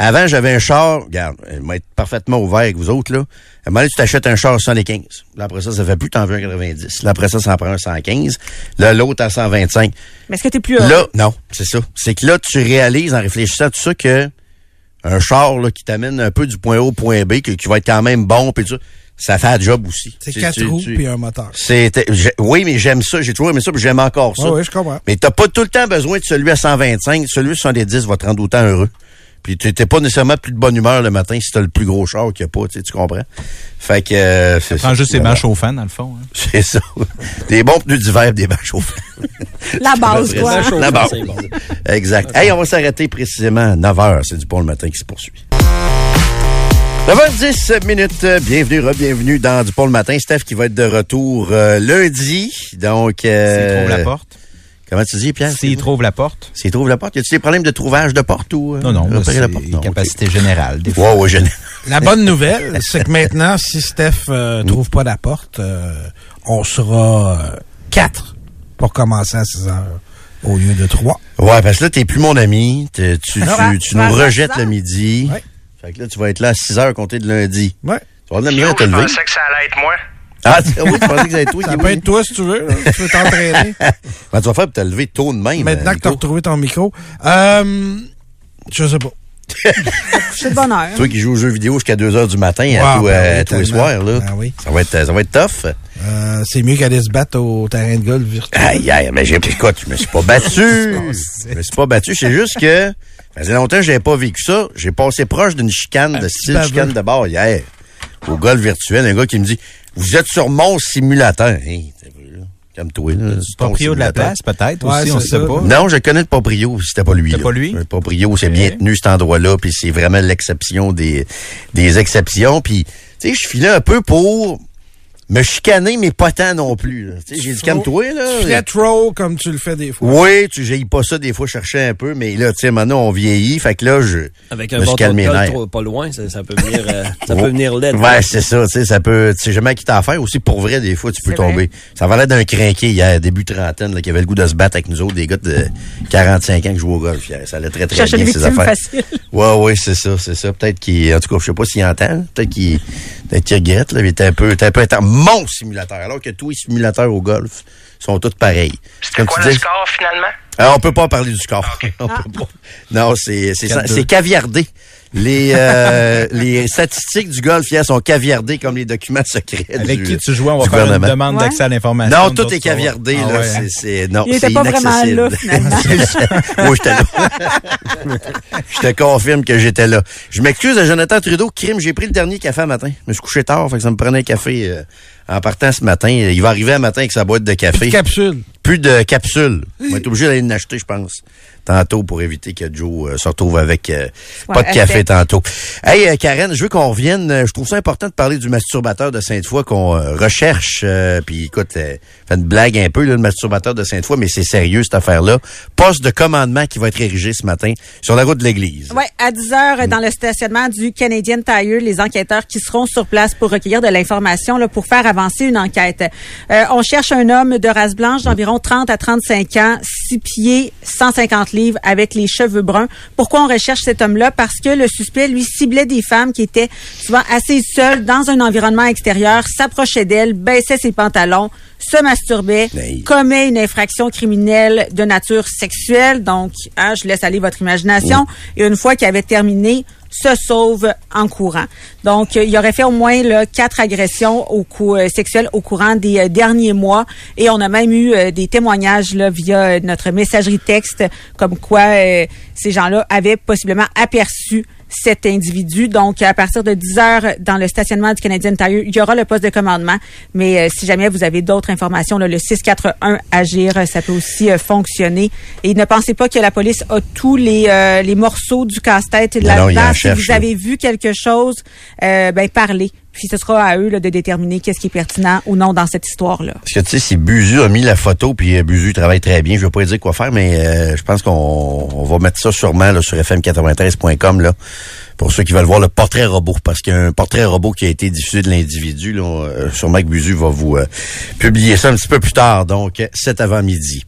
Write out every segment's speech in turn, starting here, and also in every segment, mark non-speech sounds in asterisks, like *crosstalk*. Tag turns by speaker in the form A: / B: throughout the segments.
A: Avant, j'avais un char, regarde, je vais être parfaitement ouvert avec vous autres, là. À un moment donné, tu t'achètes un char 115. Là, après ça, ça fait plus, t'en veux un 90. Là, après ça, ça en prend un 115. Là, l'autre à 125.
B: Mais est-ce que t'es plus euh, heureux?
A: Là, non, c'est ça. C'est que là, tu réalises, en réfléchissant à tout ça, que un char, là, qui t'amène un peu du point A au point B, que, qui va être quand même bon, puis tout ça, ça fait un job aussi.
C: C'est
A: Tu-
C: quatre
A: tu-
C: roues
A: tu-
C: puis un moteur.
A: c'était- j'ai- oui, mais j'aime ça. J'ai toujours aimé ça, puis j'aime encore ça.
C: Ouais, ouais, je comprends.
A: Mais t'as pas tout le temps besoin de celui à 125. Celui à 110 va te rendre autant heureux. Puis t'es t'es pas nécessairement plus de bonne humeur le matin si t'as le plus gros char qu'il y a pas, tu sais, tu comprends? Fait que... euh, c'est
D: Prends
A: ça.
D: juste ses
A: Voilà.
D: manches au fan, dans le fond. hein.
A: *laughs* C'est ça. Des bons pneus d'hiver, des bâches au feu.
B: La base, hein? quoi.
E: chauffe,
A: La base.
E: c'est bon.
A: *laughs* Exact. Hey, on va s'arrêter précisément à 9h. C'est du bon le matin qui se poursuit. 9h10 minutes. Euh, Bienvenue, re-bienvenue dans du pont le matin. Steph qui va être de retour euh, lundi. Donc,
D: S'il
A: euh,
D: trouve la porte.
A: comment tu dis, Pierre?
D: S'il trouve la porte.
A: S'il trouve la porte, y a-tu des problèmes de trouvage de porte ou euh,
D: Non, non, moi,
A: repérer
D: c'est
A: la porte? Non,
D: capacité générale. Des
A: ok.
D: fois.
A: Ouais, ouais, je n'ai-
C: *laughs* La bonne nouvelle, c'est que maintenant, si Steph euh, trouve pas la porte, euh, on sera euh, quatre pour commencer à 6 heures au lieu de trois.
A: Ouais, parce que là, t'es plus mon ami. T'es- Tu,
B: Ah,
A: tu, tu nous
B: tu vas à
A: rejettes
B: 6
A: le
B: heures?
A: midi.
C: Ouais.
A: Fait que là, tu vas être là à 6 h compté de lundi.
C: Ouais.
A: Tu vas avoir de la misère à te
F: Je
A: lever.
F: pensais que ça allait être moi.
A: Ah, *laughs* tu- oui, tu pensais que ça allait être toi qui
C: Ça peut être toi si tu veux, là, si tu veux t'entraîner.
A: Comment Ben, tu vas faire pour te lever tôt de même?
C: Maintenant
A: euh,
C: que tu
A: Nico?
C: as retrouvé ton micro. Euh, je sais pas.
B: C'est de bonheur.
A: Toi qui joues aux jeux vidéo jusqu'à 2 h du matin à
C: Ah,
A: tous,
C: ben
A: euh,
C: oui,
A: tous les
C: tellement.
A: soirs, là.
C: Ben oui.
A: ça, va être, ça va être tough.
C: Euh, c'est mieux qu'aller se battre au terrain de golf virtuel.
A: Aïe, aïe, mais j'ai, écoute, je me suis
C: *laughs*
A: pas battu. je me suis pas battu. C'est juste que, ça faisait longtemps que j'avais pas vécu ça. J'ai passé proche d'une chicane de style
C: baveux.
A: chicane de bar hier. Au golf virtuel, un gars qui me dit, vous êtes sur mon simulateur. Hey, t'as vu, là? Calme-toi, là.
D: Du
A: c'est ton
D: Proprio de la
A: simulateur.
D: place, peut-être,
C: Ouais,
D: aussi, on
C: c'est
D: sait
C: ça.
D: pas.
A: Non, je connais le Paprio, c'était pas lui.
D: C'était
A: là.
D: pas lui?
A: Le Paprio, c'est bien tenu cet endroit-là, puis c'est vraiment l'exception des, des exceptions. Puis, tu sais, je filais un peu pour me chicaner, mais pas tant non plus. là. Tu sais, j'ai dit calme-toi,
C: Tu fais
A: là.
C: troll comme tu le fais des fois.
A: Oui, tu j'ai pas ça des fois, je cherchais un peu, mais là, tu sais, maintenant, on vieillit, fait que là, je
E: Avec
A: me
E: un
A: suis
E: bon
A: calmé les nerfs.
E: trop pas loin, ça, ça peut venir, euh, ça peut venir hein? laid.
A: Oh. Ouais, c'est ça, tu sais, ça peut, tu sais jamais à qui t'as affaire aussi, pour vrai, des fois, tu peux
B: C'est
A: tomber. Ça valait d'un crinqué hier, début trentaine, là, qui avait le goût de se battre avec nous autres, des gars de 45 ans qui jouent au golf, hier. ça allait très, très
B: Chercher
A: bien,
B: des
A: ces
B: victimes
A: affaires.
B: faciles. *laughs*
A: Ouais, ouais, c'est ça, c'est ça. Peut-être qu'il, en tout cas, je sais pas s'il entend, là. peut-être qu'il, peut-être qu'il regrette, là, mais t'es un peu, t'es un peu étant mon simulateur, alors que tous les simulateurs au golf sont tous pareils.
F: C'était quoi le score finalement?
A: Alors, Euh, on peut pas parler du
D: Ah,
A: score. *laughs* On peut
B: Ah.
A: pas. Non, c'est c'est ça- c'est caviardé. Les
D: *laughs*
A: euh, les statistiques du golf hier sont caviardées comme les documents secrets
D: Avec
A: du,
D: qui tu joues, on va
A: du
D: faire une
A: gouvernement.
D: demande
B: Ouais.
D: d'accès à l'information.
A: Non,
D: Nous
A: tout
D: autres,
A: est
D: ça va.
A: caviardé
D: Ah
A: là,
D: ouais, hein.
A: c'est c'est non,
B: Il
A: c'est
B: était pas vraiment
A: inaccessible.
B: là,
A: *laughs*
B: finalement.
A: Moi, j'étais
D: *laughs*
A: là. je te confirme que j'étais là. Je m'excuse à Jonathan Trudeau. Crime, j'ai pris le dernier café à matin. Je me suis couché tard, fait que ça me prenait un café euh, en partant ce matin. Il va arriver à matin avec sa boîte de café.
C: Petite capsule.
A: Plus de capsules. On va être obligé d'aller en acheter, je pense, tantôt pour éviter que Joe euh, se retrouve avec euh,
B: Ouais,
A: pas de café
B: avec.
A: tantôt. Hey, euh, Karen, je veux qu'on revienne. euh, Je trouve ça important de parler du masturbateur de Sainte-Foy qu'on euh, recherche. euh, Puis écoute, euh, fait une blague un peu, là, le masturbateur de Sainte-Foy, mais c'est sérieux cette affaire-là. Poste de commandement qui va être érigé ce matin sur la route de l'église.
B: Ouais, à 10 heures euh, dans le stationnement du Canadian Tire, les enquêteurs qui seront sur place pour recueillir de l'information là, pour faire avancer une enquête. Euh, on cherche un homme de race blanche d'environ 30 à 35 ans, 6 pieds, 150 livres, avec les cheveux bruns. Pourquoi on recherche cet homme-là? Parce que le suspect, lui, ciblait des femmes qui étaient souvent assez seules dans un environnement extérieur, s'approchait d'elles, baissait ses pantalons, se masturbait,
A: Hey.
B: commet une infraction criminelle de nature sexuelle. Donc, hein, je laisse aller votre imagination. Et une fois qu'il avait terminé, se sauve en courant. Donc, euh, il aurait fait au moins là, quatre agressions au cou- euh, sexuelles au courant des euh, derniers mois. Et on a même eu euh, des témoignages là, via euh, notre messagerie texte comme quoi euh, ces gens-là avaient possiblement aperçu cet individu. Donc, à partir de 10 heures dans le stationnement du Canadien Tire, il y aura le poste de commandement. Mais euh, si jamais vous avez d'autres informations, là, le 641 Agir, euh, ça peut aussi euh, fonctionner. Et ne pensez pas que la police a tous les, euh, les morceaux du casse-tête
A: Non, non, il en
B: là-dedans. Si
A: cherche,
B: vous avez vu quelque chose, euh, ben, parlez. Puis ce sera à eux là, de déterminer qu'est-ce qui est pertinent ou non dans cette histoire-là.
A: Parce que tu sais, si Buzu a mis la photo, puis euh, Buzu travaille très bien, je vais pas dire quoi faire, mais euh, je pense qu'on on va mettre ça sûrement là, sur fm93.com là, pour ceux qui veulent voir le portrait robot, parce qu'il y a un portrait robot qui a été diffusé de l'individu. Là, on, euh, sûrement que Buzu va vous euh, publier ça un petit peu plus tard, donc euh, cet avant-midi.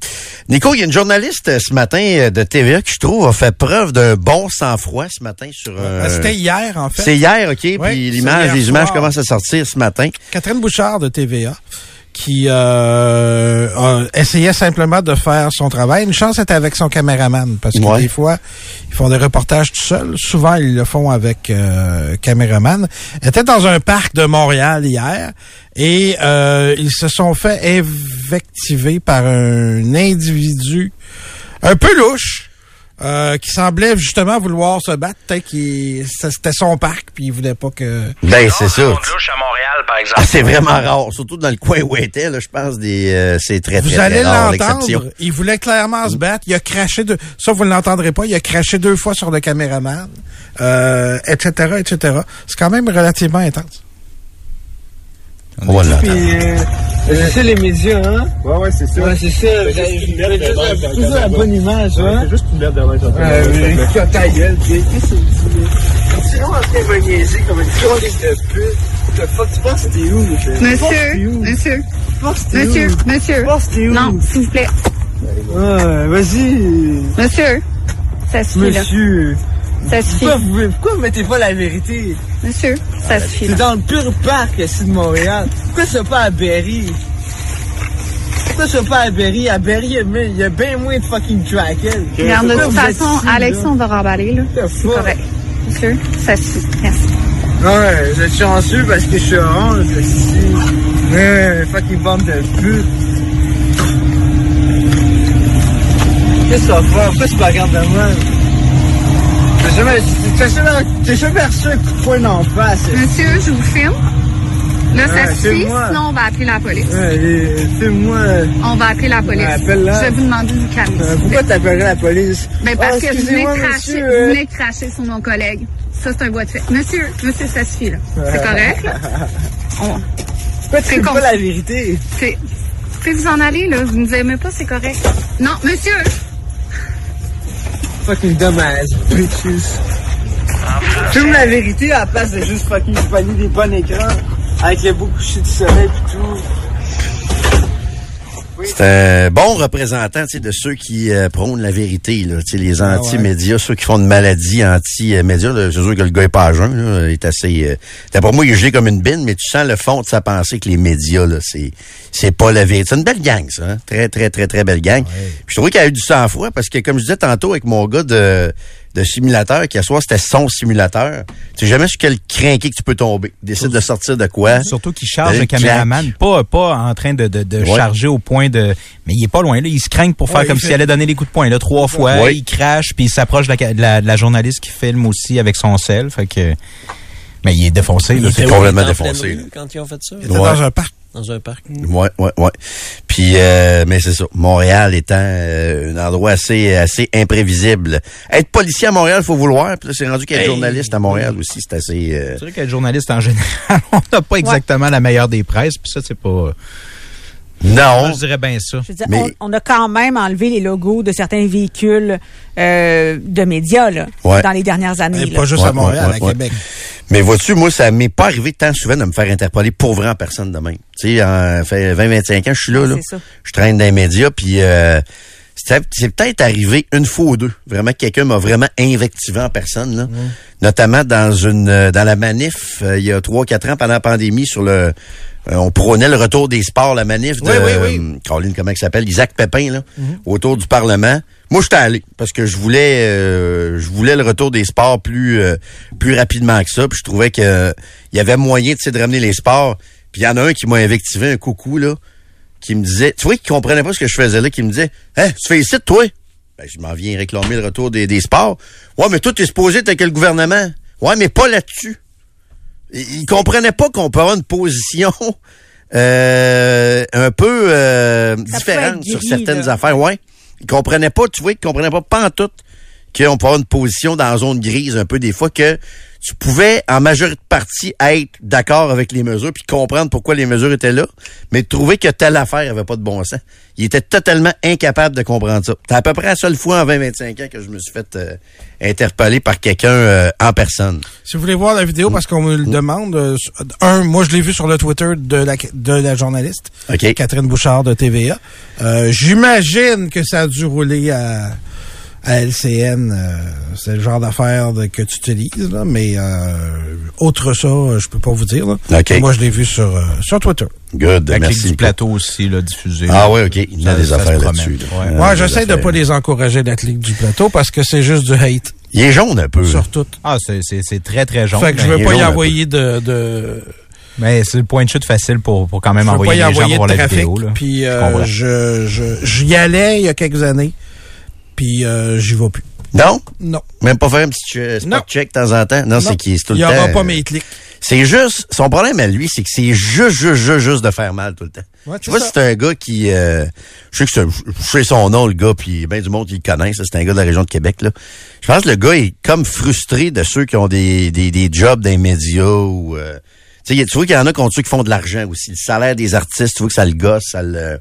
A: Nico, il y a une journaliste euh, ce matin euh, de TVA qui, je trouve, a fait preuve d'un bon sang-froid ce matin sur... euh,
C: Ah, C'était hier, en fait.
A: C'est hier, OK,
C: c'est
A: puis l'image,
C: hier
A: les images
C: soir.
A: commencent à sortir ce matin.
C: Catherine Bouchard de TVA qui euh, a- essayait simplement de faire son travail. Une chance était avec son caméraman parce que
A: Ouais.
C: des fois ils font des reportages tout seuls. Souvent ils le font avec euh, caméraman. Elle était dans un parc de Montréal hier et euh, ils se sont fait invectiver par un individu un peu louche. euh, qui semblait justement vouloir se battre, peut-être qu'il c'était son parc, puis il voulait pas que
A: Ben, c'est ça.
F: On douche à Montréal, par exemple.
A: Ah, c'est vraiment rare, surtout dans le coin où elle était, là, je pense, des, euh, c'est très, très,
C: Vous
A: très
C: allez
A: rare, l'exception.
C: l'entendre. Il voulait clairement se battre. Il a craché deux. Ça, vous ne l'entendrez pas. Il a craché deux fois sur le caméraman, euh, etc., etc. C'est quand même relativement intense.
A: On va l'entendre.
G: C'est ça les médias, hein? Ouais, ouais, c'est ça. Ouais, c'est ça. C'est ben, juste toujours la bonne image, hein? Ah C'est juste une merde de Ouais, mais ta gueule, tu sais. Qu'est-ce que tu dis? Tu es en train de me niaiser comme une conne de pute. The fuck, tu penses que t'es où, là?
H: Monsieur, monsieur,
G: Tu penses que t'es où?
H: monsieur,
G: Tu
H: monsieur.
G: penses que t'es où?
H: Non, s'il vous plaît.
G: Ouais, vas-y.
H: Monsieur, ça suffit là.
G: Monsieur.
H: Ça suffit.
G: Pourquoi vous, pourquoi vous mettez pas la vérité?
H: Monsieur, ça suffit
G: C'est
H: là.
G: dans le pire parc ici de Montréal. Pourquoi c'est pas à Berry? Pourquoi c'est pas à Berry? À Berry, il y a bien- il y a bien moins de fucking crackers.
H: Regarde, de
G: Pourquoi
H: toute
G: vous êtes
H: façon,
G: ici, là?
H: Alexandre va remballer là.
G: The
H: C'est
G: fuck?
H: correct. Monsieur, ça suffit. Merci.
G: Ouais, vous êtes chanceux parce que je suis orange ici. Ouais, fucking bande de pute. Qu'est-ce qu'on va faire? Pourquoi tu me regardes de moi? T'as jamais, t'as jamais, t'as jamais reçu un coup de poing en face.
H: Monsieur, je vous filme. Là, ça
G: Ouais,
H: suffit.
G: Euh, filme-moi.
H: Sinon, on va appeler la police.
G: Ouais, et, tu sais, moi, euh,
H: On va appeler la police.
G: Ouais,
H: Je
G: appelle-la.
H: vais vous demander du calme. s'il vous plaît.
G: Euh, pourquoi t'appellerais la police?
H: Ben,
G: Oh,
H: parce que vous venez,
G: excusez-moi,
H: cracher,
G: monsieur,
H: vous
G: euh,
H: venez cracher sur mon collègue. Ça, c'est un voie de fait. Monsieur, monsieur, ça suffit là. C'est correct là? On-
G: Pourquoi euh, tu
H: C'est
G: dis
H: con.
G: pas la vérité?
H: C'est. Vous pouvez vous en aller, là. Vous nous aimez pas, c'est correct. Non, monsieur!
G: Fucking dommage, bitches. Filme la vérité à la place de juste fucking pogner des bons écrans avec le beau coucher du soleil pis tout.
A: C'est un bon représentant tu sais, de ceux qui euh, prônent la vérité, là, Tu sais, les
D: Ah
A: anti-médias, ceux qui font de maladies anti-médias. là, C'est sûr que le gars est pas à jeun, là, il est assez... Euh, D'abord, moi, il est gelé comme une bine, mais tu sens le fond de sa pensée que les médias, là, c'est c'est pas la vérité. C'est une belle gang, ça. hein? Très, très, très, très belle
D: Ah
A: gang. Puis Je trouvais qu'il y a eu du sang-froid parce que, comme je disais tantôt avec mon gars de de simulateur, qui à soir, c'était son simulateur, tu sais jamais sur quel crinqué que tu peux tomber. Décide de sortir de quoi.
D: Surtout qu'il charge
A: Avec
D: le caméraman, pas, pas en train de, de, de
A: Ouais.
D: charger au point de... Mais il est pas loin, là. Il se craigne pour faire
C: Ouais,
D: comme
C: il
D: s'il
C: fait-
D: allait donner les coups de poing, là, trois fois.
A: Ouais.
D: Il crache, puis il s'approche de la, ca- de la- de la journaliste qui filme aussi avec son sel. Fait que... Mais il est défoncé, là.
A: c'est
D: C'est-
E: était où,
A: complètement
E: il était en pleine
A: défoncé,
E: rue
A: là.
E: Quand ils ont fait ça,
C: Il était
A: Ouais.
C: dans un parc.
E: dans un parc.
A: Ouais, ouais, ouais. Puis, euh, mais c'est ça. Montréal étant euh, un endroit assez, assez imprévisible. Être policier à Montréal, faut vouloir. Puis là, c'est rendu qu'être
E: Hey.
A: journaliste à Montréal aussi, c'est assez. euh,
D: C'est vrai qu'être journaliste en général, *laughs* on n'a pas exactement la meilleure des presses, puis ça, c'est pas...
A: Non.
D: Moi, je dirais bien ça.
B: Je veux dire,
A: Mais-
B: on, on a quand même enlevé les logos de certains véhicules euh, de médias là,
A: Ouais.
B: dans les dernières années.
C: Et
B: là.
C: pas juste
A: Ouais,
C: à Montréal,
A: ouais, ouais,
C: à
A: ouais.
C: Québec.
A: Mais vois-tu, moi, ça m'est pas arrivé tant souvent de me faire interpeller pour vrai en personne de même. Tu sais, en fait 20-25 ans, je suis là, là.
B: C'est ça.
A: Je traîne dans les médias, puis euh, c'est c'est peut-être arrivé une fois ou deux. Vraiment, que quelqu'un m'a vraiment invectivé en personne,
C: Mm.
A: là. Notamment dans une euh, dans la manif, euh, il y a 3-4 ans, pendant la pandémie, sur le... euh, on prônait le retour des sports, la manif de...
C: Oui, oui, Mm-hmm. oui.
A: euh, Caroline, comment il s'appelle? Isaac Pépin, là, autour du Parlement. Moi, j'étais allé parce que je voulais, euh, je voulais le retour des sports plus, euh, plus rapidement que ça. Puis je trouvais que euh, il y avait moyen, tu sais, de ramener les sports. Puis il y en a un qui m'a invectivé un coucou là, qui me disait, tu vois, qui comprenait pas ce que je faisais là, qui me disait, hein, tu fais ici, toi Ben, je m'en viens réclamer le retour des, des sports. Ouais, mais toi, t'es supposé être avec le gouvernement. Ouais, mais pas là-dessus. Il il comprenait pas qu'on peut avoir une position *laughs* euh, un peu euh,
B: Ça
A: différente
B: peut être
A: sur
B: gris,
A: certaines
B: là.
A: affaires. Ouais. Il comprenait pas, tu vois, il comprenait pas, pas en tout. qu'on peut avoir une position dans la zone grise un peu des fois que tu pouvais en majorité partie être d'accord avec les mesures puis comprendre pourquoi les mesures étaient là, mais trouver que telle affaire avait pas de bon sens. Il était totalement incapable de comprendre ça. C'est à peu près la seule fois en 20-25 ans que je me suis fait euh, interpeller par quelqu'un euh, en personne.
C: Si vous voulez voir la vidéo, parce qu'on me
A: Mm.
C: le demande, euh, sur- un, moi je l'ai vu sur le Twitter de la, de la journaliste,
A: OK.
C: Catherine Bouchard de TVA. Euh, J'imagine que ça a dû rouler à, à LCN. euh, C'est le genre d'affaire de- que tu utilises, là, mais euh, autre ça, euh, je peux pas vous dire. là.
A: OK.
C: Moi je l'ai vu sur, euh, sur Twitter.
A: Good,
D: La clique
A: merci.
D: du
A: Nico.
D: plateau aussi, là, diffusée.
A: Ah ouais, OK, il y a
D: Ça-
A: des
D: ça se
A: affaires
D: promène.
A: là-dessus. là.
D: Ouais.
A: Il y en a
C: Moi
A: des
C: j'essaie de
A: affaires.
C: pas les encourager la clique du plateau parce que c'est juste du hate
A: Il est jaune un peu. là.
C: sur tout.
D: Ah, c'est- c'est c'est très, très jaune.
C: fait que je
D: mais-
C: veux
A: il est
C: pas y
A: jaune un peu.
C: envoyer de, de
D: Mais c'est le point de chute facile pour, pour quand même
C: je veux pas
D: envoyer
C: y
D: les
C: envoyer
D: gens voir
C: de
D: la
C: trafic.
D: vidéo. Là.
C: Puis
D: Je
C: euh,
D: comprends.
C: je je- j'y allais il y a quelques années. Puis euh, j'y vais plus.
A: Non?
C: Non.
A: Même pas faire un petit euh, spot
C: Non.
A: check de temps en temps? Non,
C: Non.
A: c'est qui c'est tout
C: Il
A: le
C: y
A: temps.
C: aura pas
A: euh,
C: mes clics.
A: C'est juste, son problème à lui, c'est que c'est juste, juste, juste, juste de faire mal tout le temps.
C: Ouais,
A: tu
C: c'est
A: vois,
C: ça.
A: c'est un gars qui, euh, je sais que c'est, un- je sais son nom, le gars, puis ben du monde qui le connaît, ça, c'est un gars de la région de Québec, là. Je pense que le gars est comme frustré de ceux qui ont des, des, des jobs dans les médias ou, euh, tu sais, il y a- tu vois qu'il y en a contre ceux qui font de l'argent aussi. Le salaire des artistes, tu vois que ça le gosse, ça le,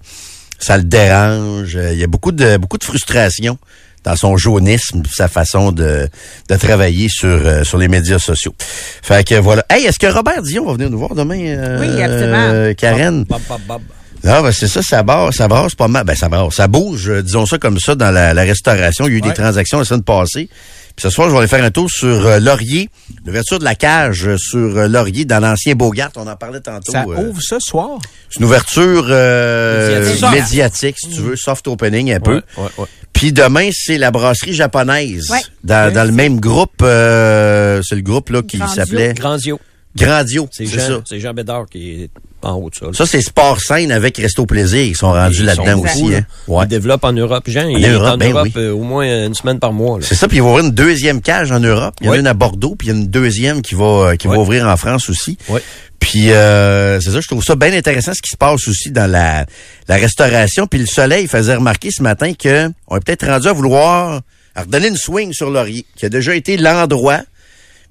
A: ça le dérange. Euh, Il y a beaucoup de, beaucoup de frustration dans son jaunisme, sa façon de, de travailler sur, euh, sur les médias sociaux. Fait que voilà. Hey, est-ce que Robert Dion va venir nous voir demain? euh,
B: Oui, absolument.
A: euh, Karen?
E: Bab, bab, bab.
A: Ah, ben c'est ça, ça barre, ça brasse pas mal. Ben, ça barre, ça bouge, euh, disons ça comme ça, dans la, la restauration. Il y a eu des transactions la semaine passée. Puis ce soir, je vais aller faire un tour sur euh, Laurier, l'ouverture de la cage euh, sur euh, Laurier, dans l'ancien Beaugarde. On en parlait tantôt.
D: Ça
A: euh,
D: ouvre ce soir?
A: c'est une ouverture euh,
E: Médiatique.
A: médiatique. si tu veux, soft opening un peu.
E: Ouais, ouais, ouais.
A: Puis demain, c'est la brasserie japonaise.
B: Ouais.
A: Dans, dans le même groupe, euh, c'est le groupe là qui
B: Grandio.
A: s'appelait
E: Grandio.
A: Grandio.
E: C'est
A: C'est
E: Jean,
A: ça.
E: c'est Jean Bédard qui est en haut de ça. là.
A: Ça, c'est Sport Scène avec Resto Plaisir. Ils sont rendus
E: Ils
A: là-dedans
E: sont
A: aussi.
E: fous, là.
A: hein. Ouais.
E: Il développe en Europe. Jean, il
A: Europe,
E: est en
A: ben
E: Europe
A: oui.
E: euh, au moins une semaine par mois. là.
A: C'est ça, puis ils vont ouvrir une deuxième cage en Europe. Il y en a
E: Ouais.
A: une à Bordeaux, puis il y en a une deuxième qui va euh, qui
E: Ouais.
A: va ouvrir en France aussi.
E: Ouais.
A: Puis euh, c'est ça, je trouve ça bien intéressant ce qui se passe aussi dans la, la restauration. Puis le soleil faisait remarquer ce matin que on est peut-être rendu à vouloir à redonner une swing sur Laurier, qui a déjà été l'endroit.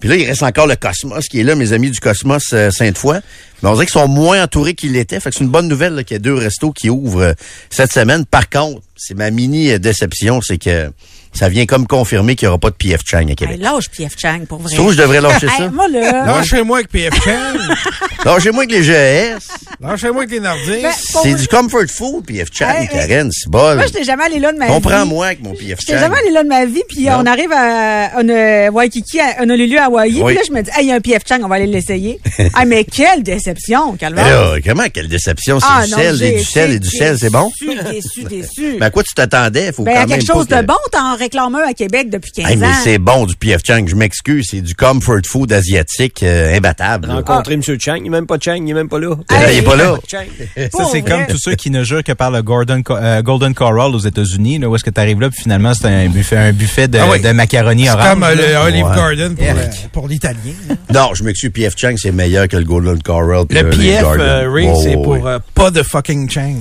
A: Puis là, il reste encore le Cosmos qui est là, mes amis du Cosmos euh, Sainte-Foy. Mais on dirait qu'ils sont moins entourés qu'ils l'étaient. Fait que c'est une bonne nouvelle là, qu'il y a deux restos qui ouvrent euh, cette semaine. Par contre, c'est ma mini euh, déception, c'est que ça vient comme confirmer qu'il n'y aura pas de PF Chang à
B: Hey,
A: Québec.
B: lâche PF Chang, pour vrai.
A: Je trouve que je devrais lâcher
B: Hey,
A: ça.
B: moi, là,
C: Lâchez-moi avec PF *laughs* Chang.
A: Lâchez-moi avec les GES.
C: Lâchez-moi avec les Nordiques.
B: ben, *laughs* pour
A: C'est
B: vrai,
A: du comfort food, PF Chang,
B: Hey, hey.
A: Karen, c'est bol.
B: moi, je n'ai jamais allé là de ma vie.
A: Comprends-moi avec mon PF
B: J'étais
A: Chang.
B: jamais allé là de ma vie, puis
A: Non.
B: on arrive à on, euh, Waikiki, à Honolulu, à Hawaii,
A: Oui.
B: puis là, je me dis, hey, il y a un PF Chang, on va
A: *laughs*
B: aller l'essayer. ah, mais quelle déception,
A: Mais
B: Calvaire.
A: là, comment, quelle déception, c'est
B: ah,
A: du
B: non,
A: sel, et
B: j'ai
A: du sel,
B: été
A: et du sel, c'est bon? Ben, *laughs*
B: Déçu, déçu, déçu.
A: Mais à quoi tu t'attendais? Faut
B: Ben,
A: quand
B: à quelque
A: même
B: chose
A: pas
B: de
A: que-
B: bon, t'en réclames un à Québec depuis 15
A: Hey, mais
B: ans.
A: c'est bon du PF Chang, je m'excuse, c'est du comfort food asiatique euh, imbattable. là.
E: Rencontrer M. Chang, il n'est même pas Chang, il n'est même pas là.
A: Hey. Ah, Il est pas
B: *laughs*
A: là.
E: Chang.
D: Ça,
B: Pour
D: c'est
B: vrai.
D: comme tous ceux qui ne jurent que par le Golden, Co- euh, Golden Coral aux États-Unis, là, où est-ce que tu arrives là, puis finalement, c'est un buffet, un buffet de,
C: Ah oui.
D: de macaroni
C: C'est
D: orange.
C: comme euh, le
D: là.
C: Olive
A: Ouais.
C: Garden pour,
D: Yeah.
C: euh, pour l'Italien.
A: Non, je m'excuse, PF Chang, c'est meilleur que le Golden Coral. puis
C: Le
A: Olive
C: PF,
A: Garden.
C: euh, Ray,
A: Oh,
C: c'est
A: oui.
C: pour euh, pas de fucking Chang.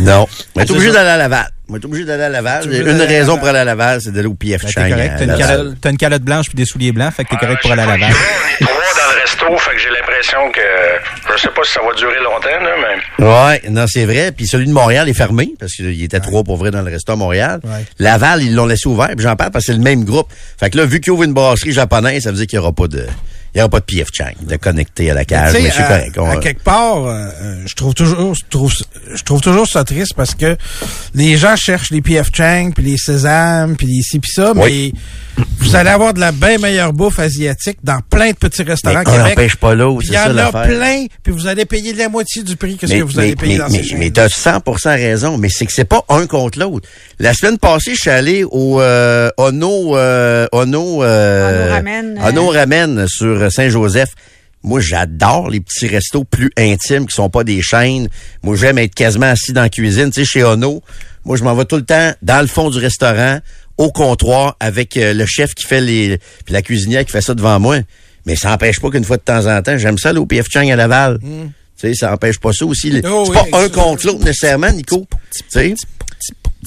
A: Non, on est obligé d'aller à Laval. On est obligé d'aller à Laval. J'ai Une raison pour aller à Laval, c'est d'aller au PF
D: Ben,
A: Chang.
D: t'es correct,
A: à
D: t'as une,
A: Laval.
D: calotte, t'as une calotte blanche puis des souliers blancs, fait que t'es correct pour aller à la
F: Euh, je sais
D: lavage.
F: pas, On est trois dans le resto, fait que j'ai l'impression que je sais pas si ça va durer longtemps, là, mais
A: Ouais, non, c'est vrai. Puis celui de Montréal est fermé parce qu'il était trois pour vrai dans le restaurant à Montréal.
C: Ouais.
A: Laval, ils l'ont laissé ouvert. Puis j'en parle parce que c'est le même groupe. Fait que là, vu qu'il ouvre une brasserie japonaise, ça veut dire qu'il n'y aura pas de, il y aura pas de PF Chang de connecter à la cage.
C: Tu sais,
A: Mais c'est
C: à-
A: correct. on-
C: à quelque part, euh, euh, je trouve toujours, je trouve, je trouve toujours ça triste parce que les gens cherchent les PF Chang, puis les Sésame, puis les ci, puis ça,
A: Oui.
C: mais vous allez avoir de la bien meilleure bouffe asiatique dans plein de petits restaurants
A: Mais
C: au
A: on
C: Québec.
A: n'empêche pas l'autre,
C: Puis
A: c'est
C: Il y
A: ça
C: en a
A: l'affaire.
C: plein, puis vous allez payer la moitié du prix que ce
A: mais,
C: que vous
A: mais-
C: allez payer
A: mais-
C: dans
A: mais-
C: ces
A: mais
C: chaînes.
A: t'as 100% raison, mais c'est que c'est pas un contre l'autre. La semaine passée, je suis allé au euh, Ono euh, Ono euh,
B: Ono Ramen, euh.
A: Ono Ramen sur euh, Saint-Joseph. Moi, j'adore les petits restos plus intimes qui sont pas des chaînes. Moi, j'aime être quasiment assis dans la cuisine, tu sais chez Ono. Moi, je m'en vais tout le temps dans le fond du restaurant au comptoir avec euh, le chef qui fait les puis la cuisinière qui fait ça devant moi. Mais ça n'empêche pas qu'une fois de temps en temps, j'aime ça aller au PF Chang à Laval. Tu sais, ça n'empêche pas ça aussi. Le-
C: Hmm. Oh
A: c'est
C: oui,
A: pas un
C: exact.
A: contre l'autre nécessairement, Nico. Tu sais,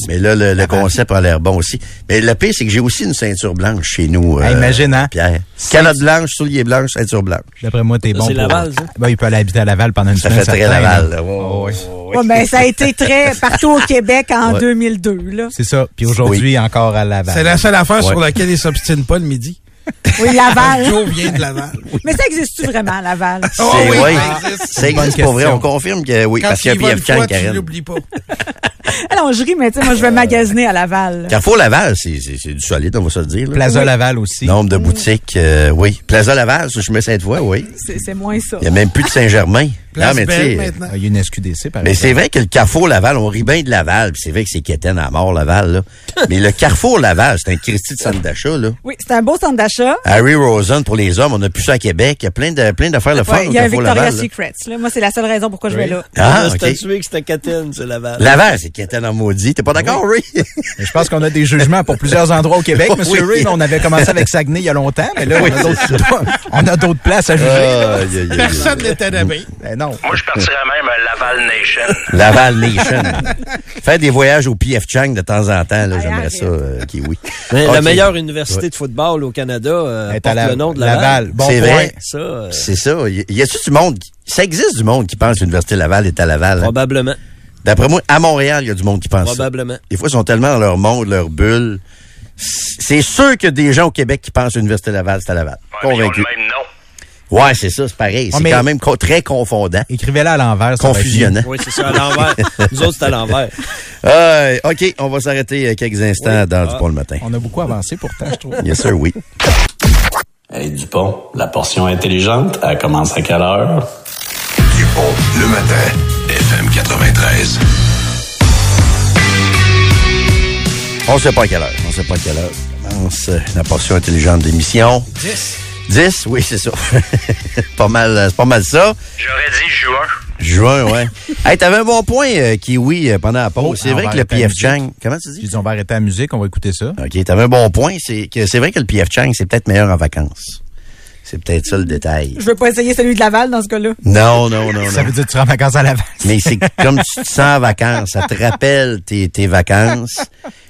A: Mais là, le, le
C: Ah, ben,
A: concept a l'air bon aussi. Mais le pire, c'est que j'ai aussi une ceinture blanche chez nous. euh,
D: Ah, imagine, hein?
A: Pierre. Calotte blanche, soulier blanche, ceinture blanche.
D: D'après moi, t'es bon.
E: c'est
D: pour-
E: Laval, ça?
D: Ben, il peut aller habiter à Laval pendant une
A: Ça
C: Ben,
D: semaine.
A: fait très
C: hein?
D: certain,
A: Laval.
C: Ah,
D: là.
A: là. Ouais,
D: Oh, ouais.
A: ouais, ouais.
B: Ouais, ben, ça a
A: *laughs*
B: été très partout au Québec en
A: Ouais.
B: 2002. Là.
D: C'est ça. Puis aujourd'hui, encore à Laval.
C: C'est la seule affaire sur
A: Ben, Ouais.
C: laquelle ils s'obstinent pas le midi.
B: Oui,
A: *laughs*
B: Laval.
C: Joe vient de Laval.
B: Mais ça existe-tu vraiment, Laval?
C: Oh
A: C'est-
C: oui,
A: ouais.
C: ça existe.
A: Ça
D: Bonne
A: existe pour vrai.
D: question.
A: On confirme que oui,
C: Quand
A: parce
C: tu
A: qu'il
C: y
A: y a
C: vas une
A: PFK,
C: fois, tu
A: Karen.
C: l'oublies pas.
B: Alors, je ris, mais tu sais, moi,
A: Euh,
B: je vais magasiner à Laval.
A: Carrefour Laval, c'est c'est- c'est du solide, on va se le dire. là.
D: Plaza Laval aussi.
A: Nombre de boutiques, euh, oui. Plaza Laval, sur le chemin Sainte-Foy, oui.
B: C'est c'est moins ça.
A: Il n'y a même plus de Saint-Germain.
C: *laughs* Place
A: mais tu
C: Belle,
A: sais,
C: maintenant.
D: Ah, Il y a une SQDC, par
A: Mais
D: exemple.
A: c'est vrai que le Carrefour Laval, on rit bien de Laval, puis c'est vrai que c'est quétaine à mort, Laval,
C: *laughs*
A: là. Mais le Carrefour Laval, c'est un Christie de centre d'achat, là.
B: Oui, c'est un beau centre d'achat.
A: Harry Rosen pour les hommes, on a plus ça à Québec. Il y a plein de plein d'affaires le fun
B: Ouais,
A: au
B: Il y a un
A: Carrefour Laval.
B: Victoria's
A: là.
B: Secrets. Là. Moi, c'est la seule raison pourquoi je vais là.
A: Ah,
E: On a
A: ok.
E: statué que c'était Catane, c'est Laval.
A: Laval, c'est quétaine en maudit. T'es pas d'accord, Ray?
D: Mais Je pense qu'on a des jugements pour plusieurs endroits
A: *laughs*
D: au Québec. Monsieur
A: Oui.
D: Ray, on avait commencé avec Saguenay il y a longtemps, mais là,
A: Oui,
D: on a
A: *laughs* c'est
D: d'autres- on a d'autres places à juger.
A: Ah, aïe, aïe, aïe.
C: Personne n'était nommé.
D: Ben non.
F: Moi, je partirais même à Laval
A: *laughs*
F: Nation.
A: *laughs* Laval Nation. Faire des voyages au PF Chang de temps en temps, là,
B: Aïe,
A: j'aimerais
B: arrête.
A: ça, euh, Kiwi.
E: *laughs* Mais La
A: Ok.
E: meilleure université
A: Ouais.
E: de football au Canada euh,
D: Est à
E: porte
D: la-
E: le nom de
D: Laval.
E: Laval.
D: Bon
A: C'est
D: point.
A: vrai.
E: Ça, euh,
A: C'est ça. Y y a-tu du monde? qui- Ça existe du monde qui pense que l'Université Laval est à Laval. hein?
E: probablement.
A: D'après moi, à Montréal, il y a du monde qui pense ça.
E: Probablement.
A: Des fois, ils sont tellement dans leur monde, leur bulle. C- C'est sûr que des gens au Québec qui pensent à l'Université Laval, c'est à Laval.
F: Ouais, mais ils ont
A: Convaincu.
F: le même nom.
A: Ouais, c'est ça, c'est pareil.
D: Ouais,
A: C'est
D: Ah, mais- Ah, ben,
A: quand même co- très confondant,
D: Écrivez-la à l'envers. ça va être
A: confusionnant.
E: Oui, c'est ça,
A: *laughs*
E: à l'envers. Nous autres, c'est à l'envers.
A: Euh, OK, on va s'arrêter euh, quelques instants dans
D: Ah.
A: du pont le matin.
D: mieux. On a beaucoup avancé pourtant,
A: *laughs*
D: je trouve.
A: Yes, sir, oui.
I: Hey Dupont, la portion intelligente, elle commence à quelle heure?
J: Dupont, le matin, FM 93.
A: On sait pas à quelle heure. On sait pas à quelle heure. Commence euh, la portion intelligente d'émission.
C: 10.
A: 10, oui, c'est ça. *laughs* pas mal, euh, c'est pas mal ça.
F: J'aurais dit juin.
A: Juin,
D: *laughs*
A: ouais. hey, t'avais un bon point, euh, Kiwi, euh, pendant la pause.
D: Oh,
A: c'est
D: on
A: vrai
D: va
A: que le
D: arrêter la
A: PF
D: musique.
A: Chang. Comment tu dis?
D: J'ai dit, on va arrêter la musique, on va écouter ça.
A: OK, t'avais un bon point. C'est que c'est vrai que le PF Chang, c'est peut-être meilleur en vacances. C'est peut-être ça le détail.
B: Je veux pas essayer celui de Laval dans ce cas-là.
A: Non, non, non,
D: Ça
A: non.
D: veut dire que tu seras en vacances à Laval.
A: Mais c'est comme tu te sens en vacances. Ça te rappelle tes, tes vacances.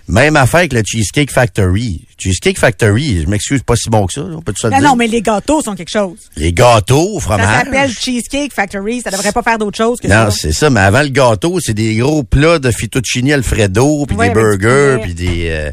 A: Même affaire avec le Cheesecake Factory. Cheesecake Factory, je m'excuse, pas si bon que ça. là. On peut tout ça le
B: Ben Non,
A: dire.
B: non, mais les gâteaux sont quelque chose.
A: Les gâteaux au
B: Ça
A: fromage.
B: s'appelle Cheesecake Factory. Ça devrait pas faire d'autre chose que
A: Non,
B: ça.
A: c'est ça, mais avant le gâteau, c'est des gros plats de fettuccine alfredo, puis
B: Ouais,
A: des
B: avec du
A: burgers,
B: poulet.
A: puis des, euh,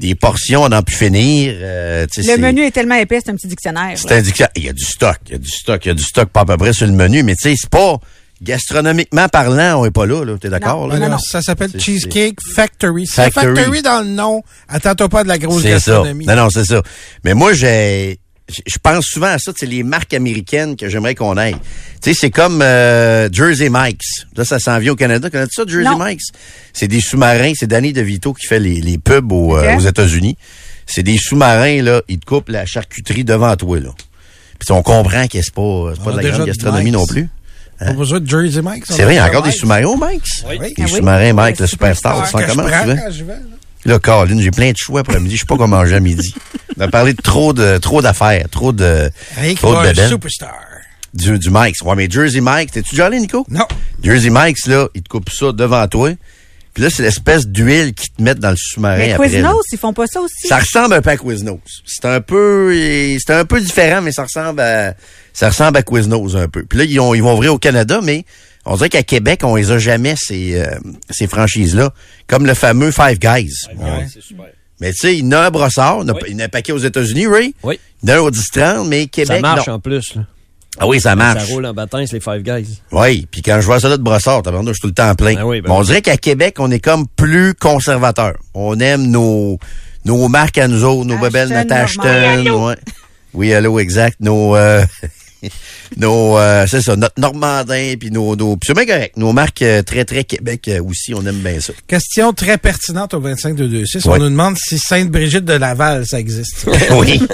A: des portions on n'en pu finir. euh, tu sais,
B: Le
A: c'est-
B: menu est tellement épais, c'est un petit dictionnaire.
A: C'est indiqué. Il y a du stock, il y a du stock, il y a du stock pas à peu près sur le menu, mais tu sais, c'est pas gastronomiquement parlant, on est pas là, là. T'es d'accord? là?
C: Alors, ça s'appelle
A: C'est-
C: Cheesecake Factory. C'est
A: Factory.
C: Factory dans le nom. Attends-toi pas de la grosse
A: C'est ça.
C: gastronomie.
A: Non, non, c'est ça. Mais moi, j'ai. j- Je pense souvent à ça, c'est les marques américaines que j'aimerais qu'on aille. Tu sais, c'est comme euh, Jersey Mike's. Là, ça s'en vient au Canada. Connais-tu ça, Jersey
B: Non.
A: Mike's? C'est des sous-marins. C'est Danny DeVito qui fait les, les pubs aux, euh,
B: Ok.
A: aux États-Unis. C'est des sous-marins, là. Ils te coupent la charcuterie devant toi, là. Puis on comprend que c'est pas, c'est
C: On
A: pas de
C: a
A: la
C: déjà
A: grande
C: de
A: gastronomie
C: Mike's.
A: non plus.
C: Pas besoin de Jersey Mike.
A: C'est vrai, il y a encore des sous-marins au Mike's?
C: Oui.
A: Des
B: Ah oui?
A: sous-marins Mike,
B: Le
A: le superstar. Ça hein.
C: que je
A: commence,
C: prends
A: tu vois?
C: quand je vais, là.
A: Là, Caroline, j'ai plein de choix après midi. Je sais pas comment manger à midi. On a parlé de trop de trop d'affaires, trop de
C: Rick
A: trop de
C: Roll,
A: bedaines.
C: superstar.
A: du, du Mike's. Ouais, mais Jersey Mike's, t'es-tu déjà allé, Nico?
C: Non.
A: Jersey Mike's, là, ils te coupent ça devant toi. Puis là, c'est l'espèce d'huile qu'ils te mettent dans le
B: Mais
A: sous-marin après. là.
B: Quiznos, ils font pas ça aussi.
A: Ça ressemble un peu à Quiznos. C'est un peu, eh, c'est un peu différent, mais ça ressemble à, ça ressemble à Quiznos un peu. Puis là, ils, ont, ils vont ouvrir au Canada, mais on dirait qu'à Québec, on les a jamais ces, euh, ces franchises-là, comme le fameux Five Guys. Ouais.
E: C'est super.
A: Mais tu sais, il y en a un brossard, il y en a- il y en a un paquet aux États-Unis, Ray.
E: Oui.
A: Il y en a un au 10-30, mais Québec,
E: Ça marche
A: non.
E: en plus. Là.
A: Ah oui, ça
E: Ça
A: marche.
E: roule en bâton, c'est les Five Guys.
A: Oui, puis quand je vois ça là de brossard, tabarnak, je suis tout le temps plein.
E: Ben oui, ben
A: Mais on
E: oui.
A: dirait qu'à Québec, on est comme plus conservateur. On aime nos, nos marques à nous autres, nos
B: Ashton,
A: bebelles, notre Ashton.
B: Normand. Oui, allô.
A: ouais. Oui, allô, exact. Nos, euh, *laughs* nos euh, c'est ça, notre Normandin, puis nos, nos, puis c'est bien correct. Nos marques euh, très, très Québec euh, aussi, on aime bien ça.
C: Question très pertinente au 25-226.
A: Oui.
C: On nous demande si Sainte-Brigitte de Laval, ça existe. *laughs*
A: oui. *laughs*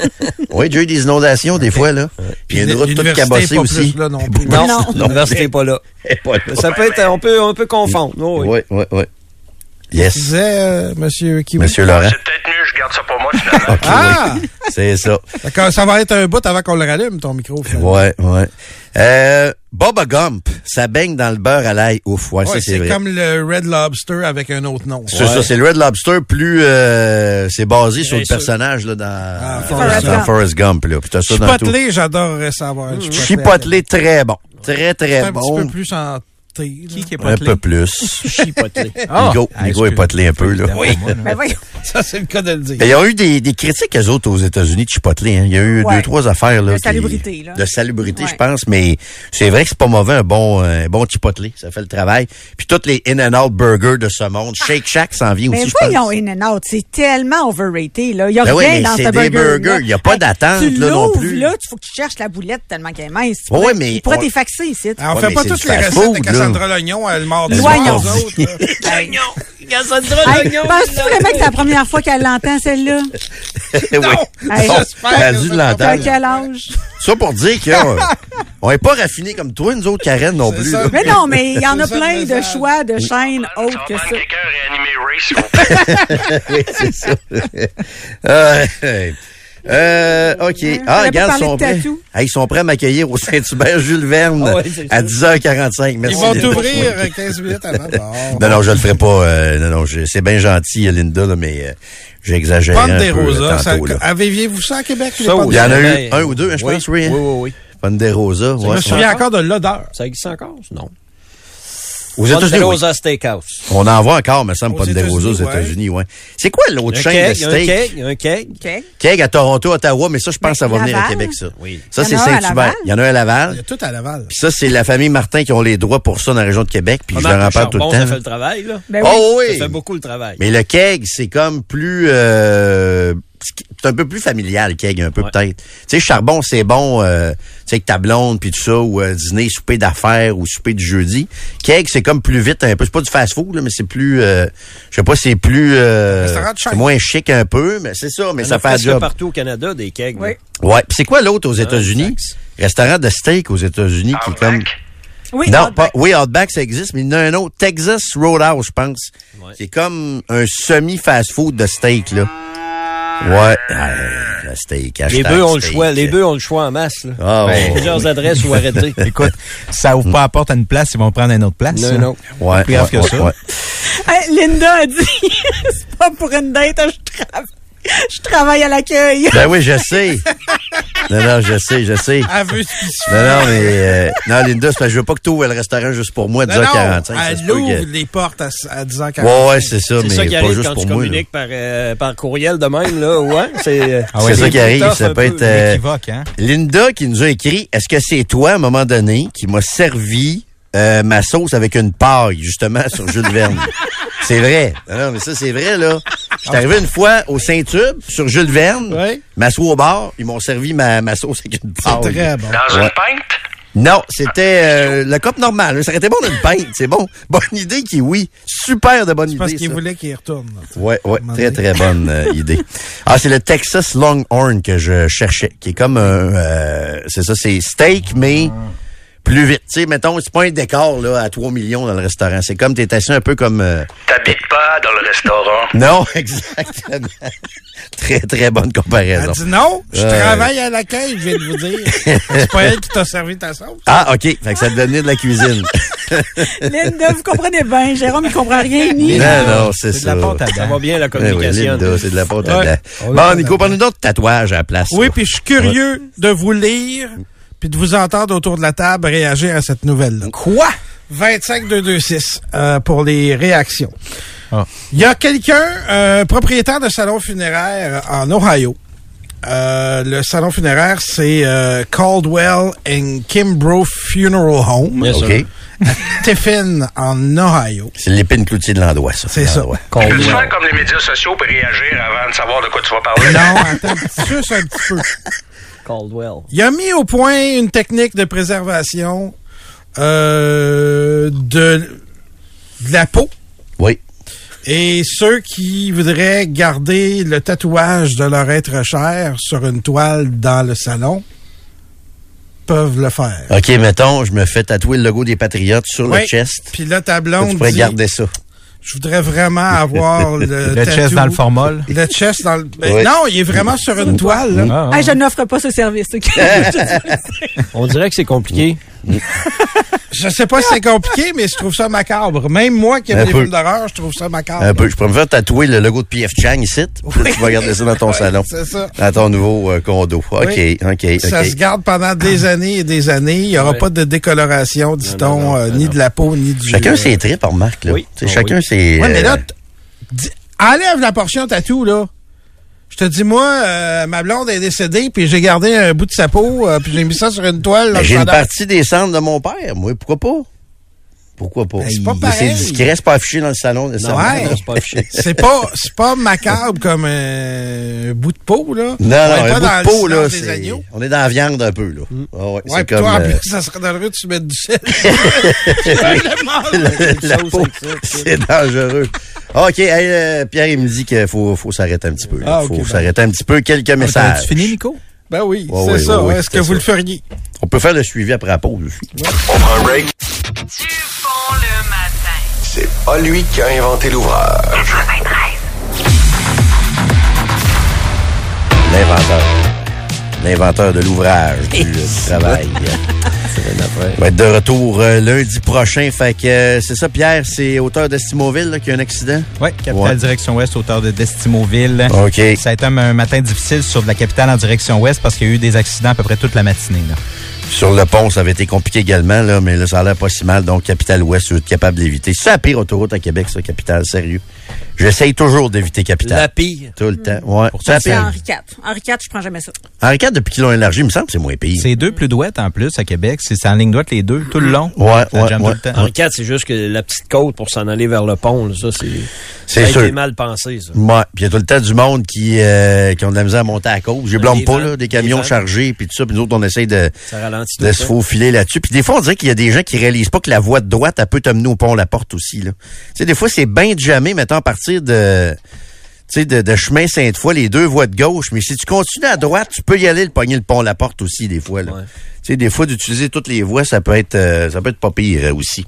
A: Oui, j'ai eu des inondations des fois, là. Puis il y a une route toute
C: L'université est
A: cabossée
C: pas
A: aussi.
C: plus là non
A: *laughs*
C: plus.
E: Non,
B: Non.
E: l'université n'est pas là.
A: Eh, pas là.
E: *laughs* Ça peut être, on peut, on peut confondre. oui.
A: Oui, oui, oui.
C: Tu
A: Yes.
C: disais, euh, monsieur Kiwi.
A: Monsieur Laurent.
F: C'est peut-être mieux je garde ça pour moi,
A: *laughs*
F: finalement.
A: OK,
C: Ah!
A: oui. C'est ça.
C: Fait que Ça va être un bout avant qu'on le rallume, ton micro. finalement.
A: Ouais, ouais. Euh, Boba Gump, ça baigne dans le beurre à l'ail. Ouf, ouais, Ben, ça,
C: Ouais,
A: c'est
C: c'est
A: vrai.
C: comme le Red Lobster avec un autre nom.
A: C'est ça, c'est le Red Lobster, plus euh, c'est basé sur
E: Bien
A: le
E: sûr.
A: personnage là, dans,
C: Ah, Forrest
A: dans
B: Gump.
A: Forrest Gump. Là. Puis t'as ça dans tout.
C: Chipotlé, j'adorerais savoir. un Chipotlé.
A: Chipotlé, très bon. Très,
C: C'est
A: très
C: un petit
A: bon.
C: peu plus santé. là.
D: Qui qui est
A: Un
D: potelé?
A: peu
D: *laughs*
A: plus.
E: Chipotlé.
A: Nigo,
D: Ah,
A: Nigo est
D: excuse-
A: potelé un peu. Là.
D: Évidemment, moi, là.
B: Ben voyons.
C: Ça, c'est le cas de le dire.
A: Il y a eu des, des critiques, eux autres, aux États-Unis de Chipotle. Hein. Il y a eu
B: Ouais.
A: deux, trois affaires. Là,
B: De
A: qui-
B: salubrité, là.
A: De salubrité,
B: Ouais.
A: je pense. Mais c'est vrai que c'est pas mauvais, un bon, euh, un bon Chipotle. Ça fait le travail. Puis toutes les In-N-Out Burgers de ce monde. Shake Shack s'en vient
B: Ah. Mais
A: aussi, je
B: Ben voyons,
A: pense.
B: In-N-Out, c'est tellement overrated. Là. Il y a
A: Ben oui,
B: rien
A: mais
B: dans
A: c'est
B: ce
A: des
B: burger.
A: burgers. Il y a pas d'attente,
B: Tu
A: là, non
B: l'ouvres,
A: plus.
B: là, tu faut que tu cherches la boulette tellement qu'elle est mince. Tu
A: Ouais,
B: pourrais-
A: mais
B: Il pourrait
A: on-
B: t'effacer ici.
C: Ah, on
A: Ouais,
C: fait
A: mais
C: pas
A: c'est
C: toutes
A: du
C: les
A: fast
C: recettes de
A: food, là.
C: Cassandra euh, L'Oignon, elle mord des
B: L'oignon.
C: autres. là.
B: Ben, Hey, Penses-tu vraiment que c'est la première fois qu'elle l'entend,
A: *laughs*
B: celle-là?
A: oui.
B: Hey.
A: Non, t'as dû de
B: À
A: l'entendre.
B: quel âge?
A: Ça pour dire
B: *laughs*
A: qu'on n'est pas raffinés comme toi, nous autres, Karen, non
C: C'est
A: plus.
C: ça.
A: là.
B: Mais non, mais il y en a
C: C'est ça, Ah,
B: plein
C: le
B: de
C: message.
B: choix de chaînes autres que
F: Sans
B: ça.
F: quelqu'un réanimer Ray,
A: *laughs*
F: s'il vous plaît.
A: oui, c'est ça. Euh, *laughs* euh, OK.
B: Ouais,
A: Ah,
B: fallait
A: regarde,
B: pas
A: ils sont
B: parler de
A: prêts.
B: tatou.
A: Ah, ils sont prêts à m'accueillir au *laughs* Saint-Hubert Jules Verne
E: Ah ouais, c'est
A: à
E: ça.
A: 10h45. Merci.
C: Ils vont
A: Linda.
C: t'ouvrir euh, 15 minutes avant. Bon.
A: Non, non, je le ferai pas. euh, non, non, je- c'est bien gentil, Linda, là, mais euh, j'ai exagéré
C: Pente
A: un
C: des
A: peu
C: Rosas. ça-
A: tantôt, là.
C: Aviez-vous ça à Québec? les
E: Ça,
C: Pentes
E: oui.
A: Il y en a eu
E: Ben,
A: un ou deux, hein, je
E: oui.
A: pense, oui.
E: Oui,
A: hein?
E: oui, oui.
A: Pente des Rosas,
C: Je
A: ouais.
C: me
A: ouais.
C: souviens encore de l'odeur.
E: Ça existe encore? Non.
A: Aux
E: Pente
A: États-Unis,
E: de
A: oui.
E: Rosa Steakhouse.
A: on en voit encore, me semble,
C: Aux
A: Pente des Rosas aux
C: États-Unis, ouais.
A: États-Unis, ouais. C'est quoi l'autre
E: Un
A: chaîne de
E: keg, un
A: steak?
E: keg, un keg.
B: OK.
A: Keg à Toronto, Ottawa, mais ça, je pense que ça va
B: Ben,
A: venir à
B: Laval.
A: Québec, ça.
E: Oui.
A: Ça,
B: Il y
A: c'est
B: en a un à
A: Saint-Hubert.
B: Laval.
A: Il y en a un à Laval.
C: Il y a tout à Laval.
A: Puis ça, c'est la famille Martin qui ont les droits pour ça dans la région de Québec, puis je leur en parle tout le
E: Ça fait
A: temps.
E: le travail, là.
B: Ben oui.
A: Oh
E: Ça fait
A: oui!
E: beaucoup le travail.
A: Mais le keg, c'est comme plus... euh, c'est un peu plus familial, le keg, un peu
E: Ouais.
A: peut-être. Tu sais, charbon, c'est bon, euh, tu sais, avec ta blonde, puis tout ça, ou euh, dîner, souper d'affaires, ou souper du jeudi. Keg, c'est comme plus vite un peu. C'est pas du fast-food, là, mais c'est plus... euh, je sais pas, c'est plus... euh,
C: Restaurant de chaîne.
A: c'est moins chic un peu, mais c'est ça, mais
E: Il y en
A: ça
E: a
A: fait un
E: presque
A: job.
E: partout au Canada, des kegs.
B: Oui.
E: là.
A: Ouais. Puis c'est quoi l'autre aux États-Unis?
E: Outback.
A: Restaurant de steak aux
C: Ah,
A: États-Unis qui est comme...
F: Outback.
B: Oui,
A: non,
B: Outback.
A: pas- oui, Outback, ça existe, mais il y en a un autre. Texas Roadhouse, je pense.
E: Ouais.
A: C'est comme un semi-fast-food de steak, là. Ouais. Ah, le steak,
E: Les
A: hashtag
E: bœufs ont le
A: steak.
E: choix. Les bœufs ont le choix en masse. Là.
A: Ah, ouais.
E: Plusieurs adresses où
A: *laughs*
E: arrêter.
D: *laughs* Écoute, ça ouvre pas la porte à une place, ils vont prendre une autre place.
E: Non,
C: *laughs*
D: hein.
E: non.
A: Ouais,
D: Plus grave
A: ouais,
D: que
A: ouais,
D: ça.
A: ouais.
B: Hey, Linda a dit, *laughs* c'est pas pour une date, je, tra- je travaille à l'accueil.
A: Ben oui, je sais. non, non, je sais, je sais.
C: Aveu spécifique.
A: Non, non, mais... euh, non, Linda, c'est parce que je veux pas que tu ouvres le restaurant juste pour moi à
C: Non, non,
A: 10h45. ça se
C: elle
A: peut que-
C: ouvre les portes à, à 10h45.
A: Ouais, ouais, c'est ça,
E: C'est
A: mais
E: ça qui
A: pas
E: arrive
A: juste
E: quand
A: pour
E: tu
A: moi. là.
E: communiques par, euh, par courriel de même, là. Ouais. C'est euh,
D: Ah ouais,
A: c'est ça
D: les-
A: qui arrive,
E: tough
A: ça
E: un
A: peut
E: peu,
A: être...
E: les
A: euh,
D: équivoque, hein?
A: Linda qui nous a écrit Est-ce que c'est toi, à un moment donné, qui m'a servi euh, ma sauce avec une paille, justement, sur
C: *laughs*
A: Jules Verne? c'est vrai. Non, non, mais ça, c'est vrai, là. Je suis arrivé une fois au Saint-Tube, sur Jules Verne,
C: Oui.
A: m'assois au bar, ils m'ont servi ma, ma sauce avec une
C: C'est
A: paille.
C: très bon.
F: Dans
A: Ouais.
F: une pinte?
A: Non, c'était euh, la coupe normale. Ça aurait été bon d'une pinte, c'est bon. Bonne idée, qui oui. Super de bonne idée.
C: Parce qu'il
A: ça.
C: voulait qu'il retourne. là.
A: Ouais, ouais,
C: Demandez.
A: très très bonne euh, idée. Ah, c'est le Texas Longhorn que je cherchais, qui est comme un, euh, c'est ça, c'est steak mais plus vite. Tu sais, mettons, c'est pas un décor là à 3 millions dans le restaurant. C'est comme t'es assis un peu comme euh,
F: T'habites pas dans le restaurant.
A: non, *laughs* exactement. très très bonne
C: Elle
A: comparaison.
C: dit Euh, non, je
A: Ouais.
C: travaille à l'accueil, je viens de vous dire. *laughs* C'est pas elle qui t'a servi ta sauce.
A: Ah, ok. Fait que ça devenait de la cuisine.
B: Linda, vous comprenez bien. Jérôme, il comprend rien, ni.
A: non, non, c'est
D: C'est de la
A: ça.
D: porte à
E: Ça
D: dents.
E: va bien,
A: Eh
E: la
A: oui,
E: communication.
A: Linda, c'est de la porte à
C: Ouais.
A: dents. Bon, Nico, parle-nous d'autres tatouages à la place.
C: Oui,
A: là.
C: puis je suis curieux de vous lire puis de vous entendre autour de la table réagir à cette nouvelle-là. Quoi? 25-226 euh, pour les réactions.
D: Ah.
C: Il y a quelqu'un, euh, propriétaire de salon funéraire en Ohio. Euh, le salon funéraire, c'est euh, Caldwell and Kimbrough Funeral Home,
E: Yes, sir.
A: Ok.
C: Tiffin en Ohio.
A: C'est l'épine cloutier de l'endroit, ça. Ah,
C: C'est ça.
A: L'endroit.
F: Tu peux faire comme les médias sociaux pour réagir avant de savoir de quoi tu vas parler?
A: *laughs*
C: Non, attends, juste un petit peu.
E: Caldwell.
C: Il a mis au point une technique de préservation euh, de, de la peau.
A: Oui.
C: Et ceux qui voudraient garder le tatouage de leur être cher sur une toile dans le salon peuvent le faire.
A: OK, mettons, je me fais tatouer Euh, le logo des Patriotes sur
C: Oui.
A: le chest.
C: Puis là, ta
A: Tu
C: blonde
A: pourrais
C: dit,
A: garder ça.
C: Je voudrais
A: *laughs*
C: vraiment avoir le.
D: Le chest
C: tatou.
D: dans le formol.
C: Le chest dans le. Ben,
D: Oui.
C: Non, il est vraiment sur une toile, là.
B: Ah, je n'offre pas ce service. *laughs* ok?
E: On dirait que
A: *laughs*
E: c'est compliqué.
C: Je sais pas si c'est compliqué, mais je trouve ça macabre. Même moi qui
A: Un
C: aime les
A: peu.
C: films d'horreur, je trouve ça macabre.
A: Un peu. Je pourrais me faire tatouer le logo de P.F. Chang ici. Puis là, tu vas garder ça dans
C: *laughs*
A: ton salon.
C: c'est ça.
A: Dans ton nouveau euh, condo. OK,
C: Oui.
A: OK, OK. Ah.
C: Ça se garde pendant des années et des années. Il n'y aura
A: Ouais.
C: pas de décoloration, dit-on, euh, ni de la peau, ni du...
A: Chacun
C: euh,
A: ses tripes, remarque. Là.
C: Oui.
A: Tu sais, Chacun ses...
C: Ouais, mais là,
A: euh,
C: t- dis- enlève la portion tatou, là. Je te dis, moi, euh, ma blonde est décédée, puis j'ai gardé un bout de sa peau, euh, puis j'ai mis ça sur une toile. dans
A: Ben,
C: le
A: J'ai une
C: chandail.
A: partie des cendres de mon père, moi. Pourquoi pas? Pourquoi pas?
C: Ben, c'est pas
A: Mais
C: pareil.
A: discret, c'est pas affiché dans le salon. de sa
C: Ouais.
A: mère.
C: C'est pas, c'est pas macabre comme euh, un bout de peau, là.
A: Non, non,
C: On
A: un
C: est pas
A: bout
C: dans
A: de peau,
C: le silence
A: là,
C: des
A: c'est-
C: agneaux. Mm.
A: on est dans la viande un peu, là. Ah ouais,
C: Ouais,
A: c'est
C: puis
A: comme...
C: toi, en
A: euh,
C: plus, ça serait dangereux de se mettre du sel.
A: la peau,
C: *laughs*
A: c'est dangereux. OK, hey, euh, Pierre, il me dit qu'il faut, faut s'arrêter un petit peu. Il
C: Ah, ok,
A: faut
C: ben. Ah,
A: s'arrêter un petit peu. Quelques messages.
D: Tu fini, Nico?
C: Ben oui,
A: Ouais,
C: c'est
A: ouais,
C: ça.
A: ouais, ouais,
C: Est-ce que
A: c'est
C: vous
A: ça.
C: le feriez?
A: On peut faire le suivi après la pause aussi.
J: On prend un break. C'est pas lui qui a inventé l'ouvrage.
A: L'inventeur. L'inventeur de l'ouvrage du, euh, du
C: *laughs*
A: travail. On va être de retour euh, lundi prochain. Fait que euh, c'est ça, Pierre, c'est auteur d'Estimoville là, qui a un accident?
D: Oui, capitale
A: Ouais.
D: direction ouest, hauteur de Destimoville.
A: OK.
D: Ça a été un, un matin difficile sur de la capitale en direction ouest parce qu'il y a eu des accidents à peu près toute la matinée. là.
A: Sur le pont, ça avait été compliqué également, là, mais là, ça a l'air pas si mal. Donc, Capitale-Ouest, vous êtes capable d'éviter. C'est la pire autoroute à Québec, ça, Capitale, sérieux. J'essaye toujours d'éviter Capitale.
E: La pire.
A: Tout le temps. Ouais. C'est la
B: C'est
A: pire.
B: Henri IV. Henri IV, je prends jamais ça.
A: Henri IV, depuis qu'ils l'ont élargi, il me semble que c'est moins pire.
D: C'est deux plus douettes en plus à Québec. C'est c'est en ligne droite les deux, tout le long.
A: Ouais,
D: Ça
A: ouais,
D: jambe
A: ouais.
D: tout le temps.
E: En 4, c'est juste que la petite côte pour s'en aller vers le pont, là, ça, c'est.
A: C'est
E: ça a été
A: sûr.
E: mal pensé, ça.
A: Ouais, puis il y a tout le temps du monde qui, euh, qui ont de la misère à monter à cause. Je blâme
E: Des
A: pas,
E: vannes,
A: là, des
E: des
A: camions
E: vannes.
A: chargés, puis tout ça, puis nous autres, on essaye de,
E: Ça ralentit tout hein.
A: de
E: le
A: se
E: temps.
A: faufiler là-dessus. Puis des fois, on dirait qu'il y a des gens qui réalisent pas que la voie de droite, elle peut t'amener au pont La Porte aussi, là. Tu sais, des fois, c'est bien de jamais, mettons, à partir de, tu sais, de, de chemin Sainte-Foy, les deux voies de gauche. Mais si tu continues à droite, tu peux y aller le pogner le pont La Porte aussi, des fois, là. Tu sais, des fois, d'utiliser toutes les voies, ça peut être, euh, ça peut être pas pire euh, aussi.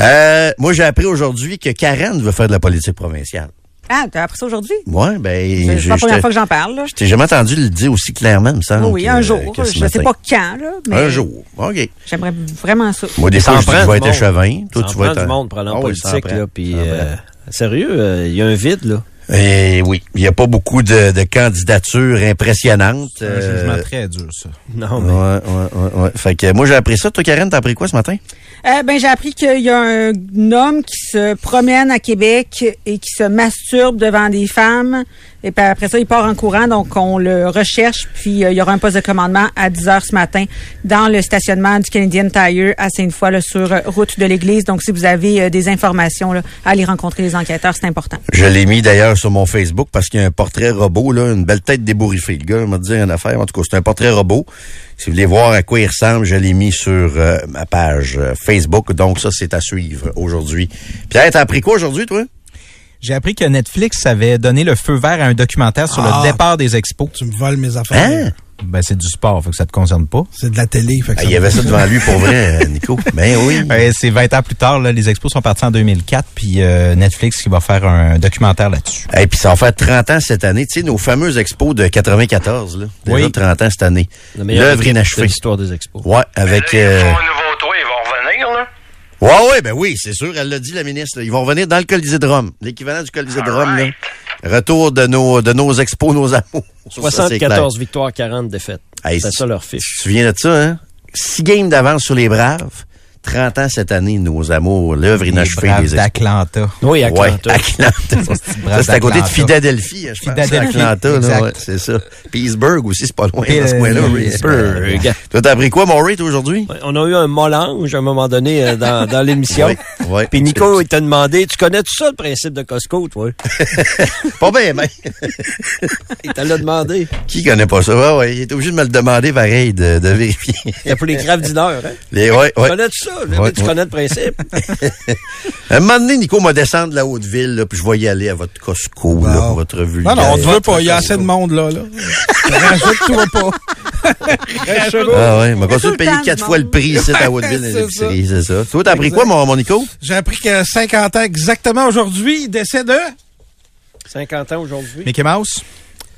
A: Euh, moi, j'ai appris aujourd'hui que Karen veut faire de la politique provinciale.
B: Ah, t'as appris ça aujourd'hui?
A: Ouais, ben,
B: C'est la
A: je- je
B: première
A: te-
B: fois que j'en parle. là.
A: je t'ai jamais entendu le dire aussi clairement, il me semble.
B: oui,
A: que-
B: un jour.
A: que ce
B: Je sais
A: matin.
B: pas quand, là. Mais
A: Un jour. OK.
B: J'aimerais vraiment ça.
A: Moi, des
E: Ça
A: fois,
E: en
A: je dis,
E: prend
A: je vais
E: du
A: être
E: monde.
A: échevin. Toi,
E: Ça en
A: tu vas
E: prend
A: être.
E: du monde pour aller en
A: Ah oui, ça en
E: politique,
A: prend.
E: là, puis
A: Ça en prend.
E: euh, sérieux, euh, il y a un vide, là.
A: Eh oui, il n'y a pas beaucoup de, de candidatures impressionnantes.
D: C'est un
A: euh,
D: jugement très dur, ça.
E: Non,
A: Ouais,
E: mais
A: ouais, ouais, ouais. Fait que moi, j'ai appris ça. Toi, Karen, t'as appris quoi ce matin?
B: Euh, ben, j'ai appris qu'il y a un homme qui se promène à Québec et qui se masturbe devant des femmes. Et puis après ça, il part en courant. Donc, on le recherche. Puis, euh, il y aura un poste de commandement à 10 heures ce matin dans le stationnement du Canadian Tire à Sainte-Foy, là, sur euh, route de l'église. Donc, si vous avez euh, des informations, là, allez rencontrer les enquêteurs. C'est important.
A: Je l'ai mis d'ailleurs sur mon Facebook parce qu'il y a un portrait robot, là, une belle tête débouriffée. Le gars m'a dit une affaire. En tout cas, c'est un portrait robot. Si vous voulez voir à quoi il ressemble, je l'ai mis sur euh, ma page euh, Facebook. Donc, ça, c'est à suivre aujourd'hui. Pierre, t'as appris quoi aujourd'hui, toi?
D: J'ai appris que Netflix avait donné le feu vert à un documentaire sur
C: Ah.
D: le départ des expos.
C: Tu me voles mes affaires.
A: Hein?
D: Ben, c'est du sport, fait que ça te concerne pas.
C: C'est de la télé. Fait que
A: Ah,
C: ça
A: il y
C: me-
A: avait ça devant lui pour vrai, euh,
E: *laughs*
A: Nico. Ben oui.
D: Ouais, c'est 20 ans plus tard, là, les expos sont partis en 2004, puis euh, Netflix qui va faire un documentaire là-dessus.
A: Et puis ça va faire 30 ans cette année, tu sais, nos fameux expos de 94, là. Déjà
D: Oui.
A: 30 ans cette année.
E: la meilleure
A: L'œuvre
E: équipe de
A: inachevée.
E: l'histoire des expos.
A: Ouais, avec...
F: Ils
A: euh,
F: font un nouveau toit, ils vont revenir, là.
A: Ouais, ouais, ben oui, c'est sûr, elle l'a dit, la ministre. là. Ils vont revenir dans le Colisée de Rome, l'équivalent du Colisée de Rome, là. Retour de nos, de nos expos, nos amours. Ça, c'est clair.
E: 74 victoires, 40 défaites.
A: Hey,
E: c'est
A: si-
E: ça leur fiche.
A: Tu te souviens de ça, hein? Six games d'avance sur les Braves. 30 ans cette année, nos amours, l'œuvre inachevée
D: Braves
A: des expos.
D: d'Atlanta.
E: Oui, à
A: Ouais,
E: Atlanta.
A: Atlanta.
D: brave
A: ça, c'est à côté de
D: d'Atlanta.
A: Philadelphie, hein, je pense.
D: Philadelphie,
A: C'est Atlanta, là,
D: exact.
A: ouais, c'est ça. Pittsburgh aussi, c'est pas loin dans ce coin-là. oui.
E: Pittsburgh.
A: Toi, t'as appris quoi, mon Ray, toi, aujourd'hui?
E: Ouais, On a eu un molange à un moment donné euh, dans,
A: *laughs*
E: dans l'émission.
A: Oui, oui.
E: Puis Nico, il t'a demandé, tu connais tout ça, le principe de Costco, toi?
A: *laughs* Pas bien, ben. mais
E: Il te l'a demandé.
A: qui connaît pas ça? Ouais, ouais, il est obligé de me le demander pareil, de, de vérifier. *laughs*
E: C'était pour les graves dîneurs, hein?
A: Les, ouais,
E: Tu
A: ouais.
E: connais tout ça, là,
A: Ouais,
E: mais tu
A: ouais.
E: connais le principe.
A: Un moment donné, Nico m'a descendu de la haute ville, là, puis je vais y aller à votre Costco, là,
C: Wow.
A: pour votre Ah, revue.
C: *laughs* Non, non, on te veut pas. Il y a assez de monde, là. là. Rajoute-toi pas.
A: Ah ouais, mais continue
B: Mais
A: de
B: tout le
A: payer
B: temps,
A: quatre
B: du
A: fois le
B: monde.
A: prix ici à Woodville
C: Ouais,
A: des
C: c'est
A: épiceries, c'est ça. Toi, t'as appris quoi, mon, mon Nico?
C: J'ai appris que 50 ans exactement aujourd'hui, il décède de
E: 50 ans aujourd'hui.
D: Mickey Mouse?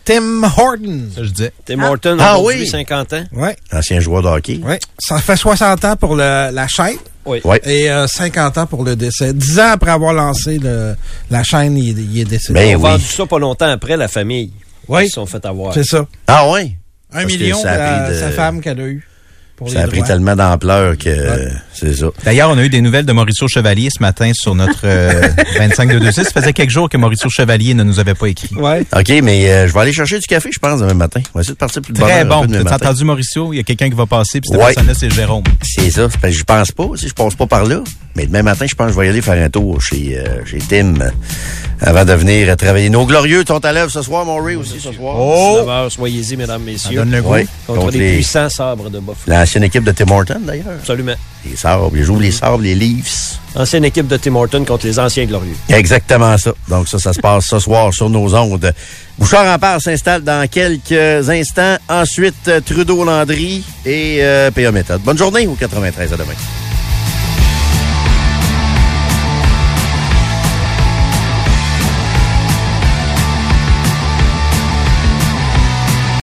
C: Tim Horton.
D: Ça, je disais.
E: Tim Horton,
A: Ah
E: aujourd'hui,
A: oui.
E: 50 ans.
C: Ouais,
A: Ancien joueur de hockey.
C: ouais. Ça fait 60 ans pour le- la chaîne
E: Oui.
A: Ouais.
C: et euh, 50 ans pour le décès. 10 ans après avoir lancé le- la chaîne, il, il est décédé.
A: Ben
E: Ils ont
A: oui.
E: vendu ça pas longtemps après, la famille.
C: Oui.
E: Ils se sont fait avoir.
C: C'est ça.
A: Ah ouais?
C: Un
A: Parce que
C: million
A: ça a
C: de la-
A: pris de-
C: sa femme qu'elle a eu pour
A: Ça
C: les
A: a pris
C: droits.
A: tellement d'ampleur que euh, c'est ça.
D: D'ailleurs, on a eu des nouvelles de Mauricio Chevalier ce matin sur notre
A: *laughs*
D: euh, 25 de 26. Ça faisait quelques jours que Mauricio Chevalier ne nous avait pas écrit.
C: Ouais.
A: OK, mais euh, je vais aller chercher du café, je pense, demain matin. On va essayer de partir plus de bonne
D: Très
A: heure, un
D: bon.
A: peu demain
D: T'as
A: matin.
D: entendu Mauricio? Il y a quelqu'un qui va passer, puis cette
A: Ouais.
D: personne-là, c'est Jérôme.
A: C'est ça, c'est parce que je pense pas, si je passe pas par là. Mais demain matin, je pense que je vais y aller faire un tour chez, euh, chez Tim euh, avant de venir euh, travailler. Nos glorieux sont à l'œuvre ce soir, mon Ray aussi ce soir.
E: 19h, soyez-y, mesdames,
D: Ça
E: messieurs.
D: donne le goût.
A: Ouais,
E: Contre,
A: contre
E: les,
A: les-
E: puissants sabres de Buffalo.
A: L'ancienne équipe de Tim Horton, d'ailleurs.
E: Absolument.
A: Les sabres, ils jouent les sabres, les Leafs.
E: Ancienne équipe de Tim Horton contre les anciens glorieux.
A: Exactement ça. Donc ça, ça se passe ce soir sur nos ondes. Bouchard en part s'installe dans quelques instants. Ensuite, Trudeau-Landry et euh, PA Méthode. Bonne journée au 93 à demain.